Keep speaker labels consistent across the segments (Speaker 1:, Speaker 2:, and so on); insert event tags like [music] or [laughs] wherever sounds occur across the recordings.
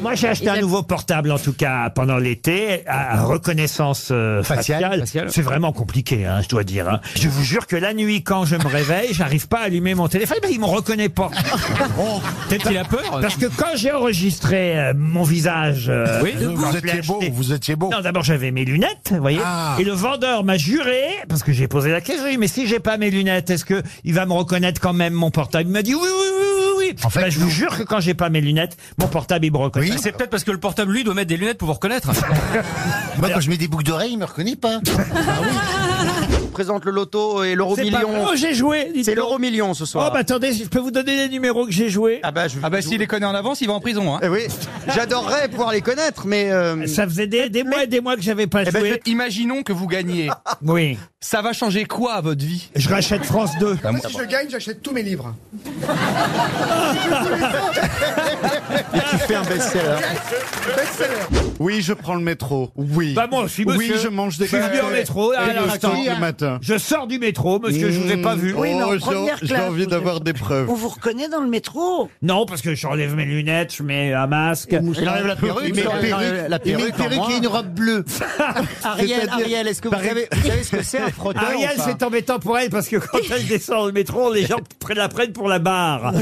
Speaker 1: Moi, j'ai acheté un nouveau portable, en tout cas, pendant l'été, à reconnaissance euh,
Speaker 2: Faciale,
Speaker 1: faciale.
Speaker 2: faciale.
Speaker 1: C'est vraiment compliqué, hein, je dois dire. hein. Je vous jure que la nuit, quand je me réveille, j'arrive pas à allumer mon téléphone, mais il me reconnaît pas.
Speaker 3: Peut-être qu'il a peur.
Speaker 1: Parce que quand j'ai enregistré euh, mon visage... euh,
Speaker 3: Oui,
Speaker 1: quand
Speaker 4: Vous
Speaker 1: je l'ai
Speaker 4: étiez beau,
Speaker 1: acheté-
Speaker 4: vous étiez beau.
Speaker 1: Non, d'abord j'avais mes lunettes, vous voyez.
Speaker 4: Ah.
Speaker 1: Et le vendeur m'a juré, parce que j'ai posé la question, j'ai dit, mais si j'ai pas mes lunettes, est-ce que il va me reconnaître quand même mon portable Il m'a dit oui, oui, oui, oui, oui.
Speaker 4: En fait,
Speaker 1: Ben, je
Speaker 4: non.
Speaker 1: vous jure que quand j'ai pas mes lunettes, mon portable il me reconnaît.
Speaker 3: C'est peut-être parce que le portable, lui, doit mettre des lunettes pour vous reconnaître.
Speaker 4: Moi, quand je mets des boucles d'oreilles, il me reconnaît pas.
Speaker 5: présente le loto et l'euro
Speaker 1: C'est pas
Speaker 5: million.
Speaker 1: vrai. Oh, j'ai joué. dites
Speaker 5: C'est
Speaker 1: donc.
Speaker 5: l'euro million ce
Speaker 1: Oh,
Speaker 5: soir.
Speaker 1: bah attendez, je peux vous donner les numéros que j'ai joués.
Speaker 5: Ah bah, je...
Speaker 3: Ah bah s'il les connaît en avance, il va en prison. Hein.
Speaker 5: Eh oui, j'adorerais pouvoir les connaître, mais euh,
Speaker 1: Ça faisait des, des mois et des mois que j'avais pas
Speaker 3: Eh ben,
Speaker 1: joué.
Speaker 3: je- imaginons que vous gagnez.
Speaker 1: Oui.
Speaker 5: Ah.
Speaker 3: Ça va changer quoi à votre vie
Speaker 1: Je rachète France 2.
Speaker 6: Si je gagne, j'achète tous
Speaker 1: [laughs]
Speaker 6: mes livres.
Speaker 4: Tu fais un best-seller. Oui, je prends le métro. Oui.
Speaker 1: Bah, moi aussi, monsieur.
Speaker 4: Oui, je mange des
Speaker 1: Je suis venu en métro, là,
Speaker 4: Et
Speaker 1: à
Speaker 4: le
Speaker 1: l'instant.
Speaker 4: ski le matin.
Speaker 1: Je sors du métro, monsieur, je vous ai pas vu.
Speaker 4: Oh,
Speaker 7: mais en
Speaker 4: j'ai-
Speaker 7: première
Speaker 4: j'ai
Speaker 7: classe,
Speaker 4: envie
Speaker 7: vous
Speaker 4: d'avoir des preuves.
Speaker 7: On vous reconnaît dans le métro.
Speaker 1: Non, parce que j'enlève mes lunettes, je mets un masque.
Speaker 4: Il enlève la perruque, il met une perruque, il met une perruque et une robe bleue.
Speaker 5: [laughs] Ariel,
Speaker 4: C'est-à-dire-
Speaker 5: Ariel, est-ce que vous
Speaker 4: Pareil.
Speaker 5: savez, vous savez ce que c'est un frotteur
Speaker 1: Ariel,
Speaker 5: ou pas
Speaker 1: c'est embêtant pour elle parce que
Speaker 5: [laughs]
Speaker 1: quand elle descend au métro, les gens prennent- la prennent pour la barre.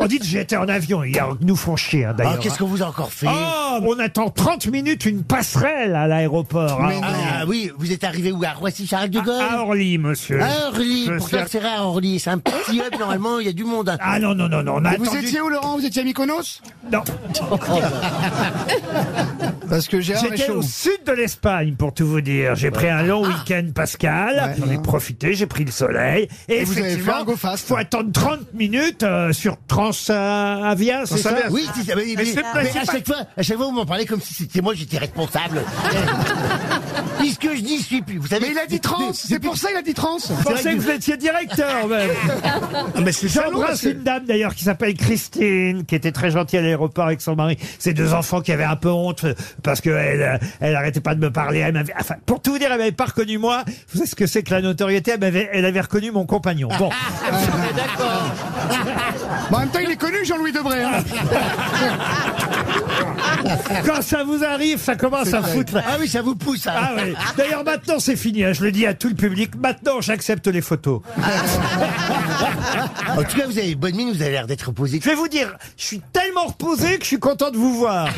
Speaker 1: On dit que j'étais en avion hier, nous font chier hein,
Speaker 4: Ah,
Speaker 7: Oh,
Speaker 1: d'ailleurs.
Speaker 4: qu'est-ce que vous a encore fait
Speaker 6: Ah,
Speaker 1: Oh, on attend 30 minutes une passerelle à l'aéroport. hein.
Speaker 4: Mais non.
Speaker 7: Ah oui, vous êtes arrivé où À Roissy-Charles de Gaulle
Speaker 1: À Orly, monsieur.
Speaker 6: Ah,
Speaker 7: À Orly,
Speaker 1: Ah, oh, Je
Speaker 7: pour
Speaker 1: sais-
Speaker 7: serrer à Orly. C'est un petit hub, normalement, il y a du monde.
Speaker 1: Ah non, non, non, non, on a
Speaker 6: Vous
Speaker 1: attendu-
Speaker 6: étiez où, Laurent Vous étiez à Mykonos
Speaker 1: Non,
Speaker 6: Parce que Gérard est
Speaker 1: j'étais
Speaker 6: chaud.
Speaker 1: au sud de l'Espagne, pour tout vous dire. J'ai pris un long
Speaker 6: Ah.
Speaker 1: week-end pascal, j'en ai profité, j'ai pris le soleil. Et,
Speaker 6: vous avez
Speaker 1: effectivement,
Speaker 6: fait un go fast.
Speaker 1: faut attendre 30 minutes euh, sur Transavia, c'est ça
Speaker 7: Oui, c'est ça. Mais, mais-
Speaker 1: Ah, c'est pas-
Speaker 7: mais
Speaker 1: c'est
Speaker 7: à,
Speaker 1: pas-
Speaker 7: chaque fois, à chaque fois, vous m'en parlez comme si c'était moi, j'étais responsable. Puisque je dis, je suis plus. Vous savez,
Speaker 6: Mais il a dit trans C'est pour ça qu'il a dit trans
Speaker 1: Je pensais que vous étiez [laughs] directeur, même. Mais c'est J'embrasse une dame, d'ailleurs, qui s'appelle Christine, qui était très gentille à l'aéroport avec son mari. Ses deux enfants qui avaient un peu honte parce qu'elle euh, elle arrêtait pas de me parler. Elle m'avait, enfin, pour tout vous dire, elle m'avait pas reconnu moi. Vous savez ce que c'est que la notoriété elle, m'avait- elle avait reconnu mon compagnon. [laughs] Bon.
Speaker 6: Bon, En même temps, il est connu, Jean-Louis Debré. hein.
Speaker 1: Quand ça vous arrive, ça commence à foutre. la-
Speaker 7: Ah oui, ça vous pousse. hein.
Speaker 1: Ah oui. D'ailleurs, maintenant, c'est fini. hein. Je le dis à tout le public. Maintenant, j'accepte les photos.
Speaker 7: En tout cas, vous avez bonne mine, vous avez l'air d'être posé.
Speaker 1: Je vais vous dire, je suis tellement reposé que je suis content de vous voir.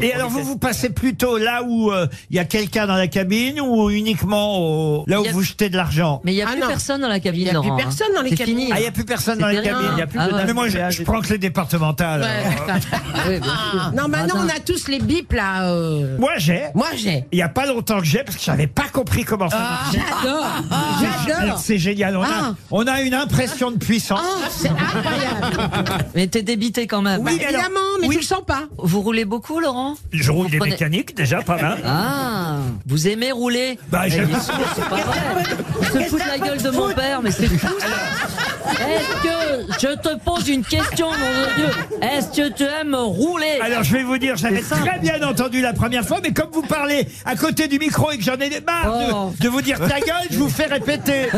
Speaker 1: Et alors, vous vous passez plutôt là où euh, il y a quelqu'un dans la cabine ou uniquement au- là où
Speaker 8: Il y a-
Speaker 1: vous jetez de l'argent
Speaker 8: Mais il n'y a
Speaker 9: Ah
Speaker 8: plus
Speaker 9: non.
Speaker 8: personne dans la cabine.
Speaker 9: Il y a plus
Speaker 8: Laurent, hein.
Speaker 9: personne dans les
Speaker 8: C'est
Speaker 9: cabines.
Speaker 8: fini.
Speaker 1: Ah, il n'y a plus personne dans les
Speaker 8: C'était rien.
Speaker 1: cabines.
Speaker 8: Il y a plus Ah de- ouais.
Speaker 1: Mais moi, je, je prends que les départementales.
Speaker 8: Ah,
Speaker 9: [laughs]
Speaker 1: alors.
Speaker 9: Non, maintenant on a tous les bips là. euh.
Speaker 1: Moi, Ah, j'ai.
Speaker 9: Moi j'ai.
Speaker 1: Il n'y a pas longtemps que j'ai, parce que je n'avais pas compris comment ça
Speaker 8: Ah,
Speaker 1: marchait.
Speaker 9: J'adore.
Speaker 1: Alors,
Speaker 9: J'adore.
Speaker 1: C'est génial. On a,
Speaker 9: Ah.
Speaker 1: on a une impression de puissance.
Speaker 9: Ah, C'est incroyable.
Speaker 8: Mais t'es débité quand même.
Speaker 9: Bah,
Speaker 1: Oui, mais alors-
Speaker 9: évidemment, mais tu le sens pas.
Speaker 8: Vous roulez beaucoup, Laurent
Speaker 1: Je roule des
Speaker 8: Comprenez-
Speaker 1: mécaniques, déjà, pas mal.
Speaker 8: Ah, vous aimez rouler Eh,
Speaker 1: Bah, j'aime-
Speaker 8: C'est pas vrai. Se foutre la gueule de mon père, mais c'est fou ça. Est-ce que je te pose une question, mon Dieu Est-ce que tu aimes rouler
Speaker 1: Alors je vais vous dire, j'avais très bien entendu la première fois, mais comme vous parlez à côté du micro et que j'en ai marre de-
Speaker 8: Oh.
Speaker 1: de, vous dire ta gueule, je vous fais répéter.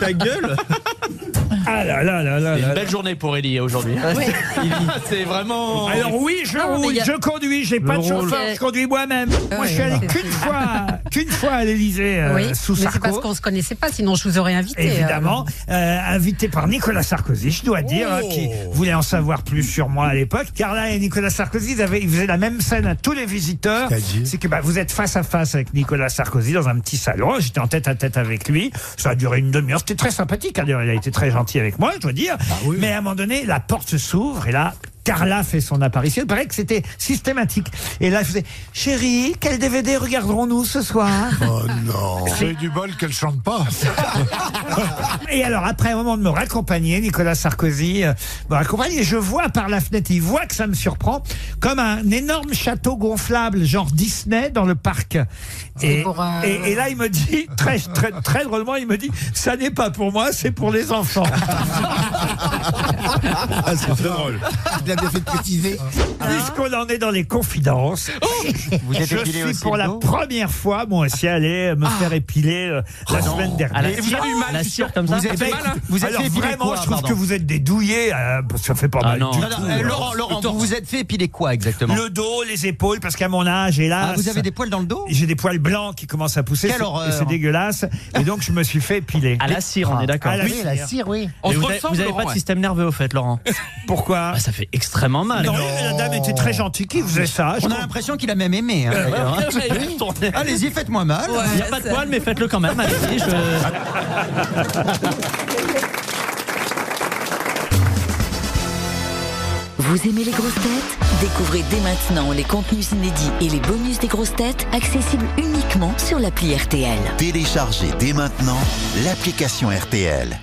Speaker 3: Ta gueule
Speaker 1: Ah là là là là là.
Speaker 3: Belle journée pour Ellie aujourd'hui. [laughs] C'est vraiment...
Speaker 1: Alors oui, je
Speaker 8: Ah, mais
Speaker 1: roule,
Speaker 8: y a-
Speaker 1: je conduis, j'ai pas de chauffeur,
Speaker 8: roule.
Speaker 1: je conduis moi-même. Moi, je suis allé qu'une fois, qu'une fois à l'Élysée euh,
Speaker 9: Oui,
Speaker 1: sous
Speaker 9: mais c'est parce
Speaker 1: Sarko.
Speaker 9: qu'on se connaissait pas, sinon je vous aurais invité. euh.
Speaker 1: Évidemment, euh, invité par Nicolas Sarkozy, je dois dire, euh, qui voulait en savoir plus sur moi à l'époque, car là, Nicolas Sarkozy, ils, avaient, ils faisaient la même scène à tous les visiteurs.
Speaker 4: C'est-à-dire
Speaker 1: C'est que bah, vous êtes face à face avec Nicolas Sarkozy dans un petit salon, j'étais en tête à tête avec lui, ça a duré une demi-heure, c'était très sympathique, hein, d'ailleurs, il a été très gentil avec moi, je dois dire, mais à un moment donné, la porte s'ouvre et là... Carla fait son apparition. Il paraît que c'était systématique. Et là, je faisais Chérie, quel DVD regarderons-nous ce soir
Speaker 4: Oh non. J'ai du bol qu'elle chante pas.
Speaker 1: Et alors, après un moment de me raccompagner, Nicolas Sarkozy euh, me raccompagne et je vois par la fenêtre, il voit que ça me surprend, comme un énorme château gonflable, genre Disney, dans le parc. Et,
Speaker 9: pour, euh,
Speaker 1: et- et là, il me dit, très, très, très drôlement, il me dit, ça n'est pas pour moi, c'est pour les enfants.
Speaker 5: Ah, c'est
Speaker 7: [laughs]
Speaker 5: très drôle.
Speaker 10: Il a bien fait de préciser.
Speaker 1: Puisqu'on en est dans les confidences,
Speaker 7: Vous
Speaker 1: je suis pour la première fois, moi aussi, allé me faire épiler euh, la semaine
Speaker 11: Ah,
Speaker 1: dernière. Ah, ben,
Speaker 12: Et vous avez eu mal,
Speaker 11: la
Speaker 12: tu
Speaker 11: cire
Speaker 12: sais.
Speaker 11: comme ça
Speaker 12: Vous avez fait mal, hein
Speaker 7: Vous êtes
Speaker 1: Alors
Speaker 7: fait épiler
Speaker 1: vraiment,
Speaker 7: quoi,
Speaker 1: je trouve
Speaker 7: pardon
Speaker 1: que vous êtes des douillés, euh, parce que ça fait pas mal
Speaker 12: non.
Speaker 1: du
Speaker 7: Non,
Speaker 1: tout.
Speaker 7: non, euh, Laurent, Laurent, vous vous êtes fait épiler quoi exactement
Speaker 1: Le dos, les épaules, parce qu'à mon âge, hélas,
Speaker 7: Ah, Vous avez des poils dans le dos
Speaker 1: j'ai des poils blancs qui commencent à pousser,
Speaker 7: Quelle
Speaker 1: c'est-
Speaker 7: horreur. Ah,
Speaker 1: et c'est dégueulasse, et donc je me suis fait épiler.
Speaker 11: À la cire, on est d'accord.
Speaker 1: À la
Speaker 10: Oui, la
Speaker 1: cire.
Speaker 10: cire, oui.
Speaker 12: Ah. On
Speaker 11: Mais
Speaker 12: se
Speaker 11: vous avez-
Speaker 12: ressemble,
Speaker 11: vous avez
Speaker 12: Laurent,
Speaker 11: pas de
Speaker 12: ouais.
Speaker 11: système nerveux au fait, Laurent.
Speaker 1: Pourquoi
Speaker 7: bah,
Speaker 11: Ah, ça fait extrêmement mal.
Speaker 1: Non,
Speaker 11: [laughs]
Speaker 1: la dame était très gentille, qui vous est ça je
Speaker 7: Ah, On a
Speaker 1: comprends.
Speaker 7: l'impression qu'il a même aimé.
Speaker 1: [laughs]
Speaker 7: hein, d'ailleurs, hein.
Speaker 11: Il
Speaker 7: Allez-y, faites-moi mal.
Speaker 11: n'y a pas de poil, mais faites-le quand même. Allez-y, je...
Speaker 13: Vous aimez les grosses têtes Découvrez dès maintenant les contenus inédits et les bonus des grosses têtes accessibles uniquement sur l'appli RTL.
Speaker 5: Téléchargez dès maintenant l'application RTL.